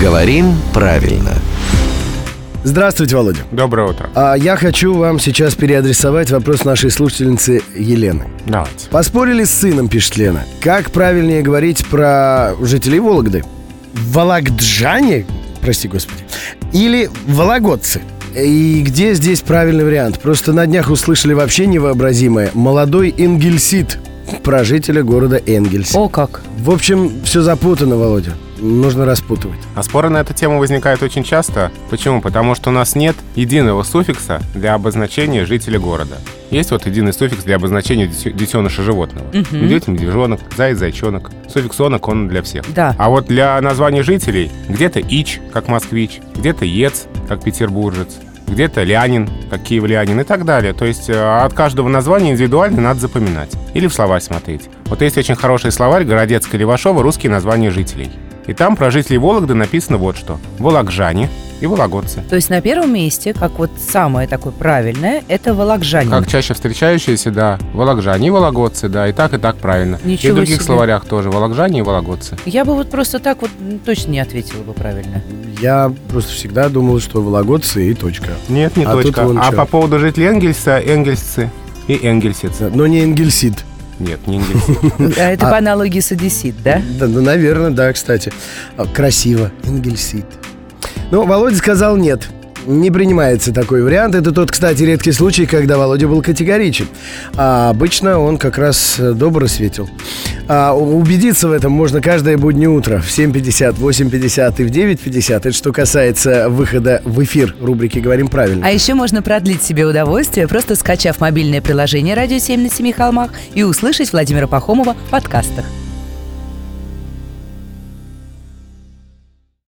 Говорим правильно. Здравствуйте, Володя. Доброе утро. А я хочу вам сейчас переадресовать вопрос нашей слушательницы Елены. Давайте. Поспорили с сыном, пишет Лена. Как правильнее говорить про жителей Вологды? Вологджане? Прости, господи. Или вологодцы? И где здесь правильный вариант? Просто на днях услышали вообще невообразимое. Молодой Энгельсит про жителя города Энгельс. О, как. В общем, все запутано, Володя. Нужно распутывать. А споры на эту тему возникают очень часто. Почему? Потому что у нас нет единого суффикса для обозначения жителя города. Есть вот единый суффикс для обозначения дете- детеныша животного. Медведь, медвежонок, заяц, зайчонок. Суффикс «онок» он для всех. Да. А вот для названия жителей где-то «ич», как москвич, где-то «ец», как петербуржец, где-то «лянин», как киевлянин и так далее. То есть э, от каждого названия индивидуально надо запоминать. Или в словарь смотреть. Вот есть очень хороший словарь Городецкая Левашова «Русские названия жителей». И там про жителей Вологды написано вот что. Вологжане и вологодцы. То есть на первом месте, как вот самое такое правильное, это Вологжанин. Как чаще встречающиеся, да, вологжане и вологодцы, да, и так, и так правильно. и Ничего в других себе. словарях тоже вологжане и вологодцы. Я бы вот просто так вот м, точно не ответила бы правильно. Я просто всегда думал, что вологодцы и точка. Нет, не А точка. тут вон а чё. по поводу жителей Энгельса, Энгельсцы и Энгельсицы. Но не Энгельсит. Нет, не Энгельсы. А Это по аналогии с одессит, да? Да, да, наверное, да, кстати. А, Красиво. Энгельсит. Ну, Володя сказал нет. Не принимается такой вариант. Это тот, кстати, редкий случай, когда Володя был категоричен. А обычно он как раз э, добро светил. А у- убедиться в этом можно каждое буднее утро в 7.50, 8.50 и в 9.50. Это что касается выхода в эфир рубрики «Говорим правильно». А еще можно продлить себе удовольствие, просто скачав мобильное приложение «Радио 7 на семи холмах» и услышать Владимира Пахомова в подкастах.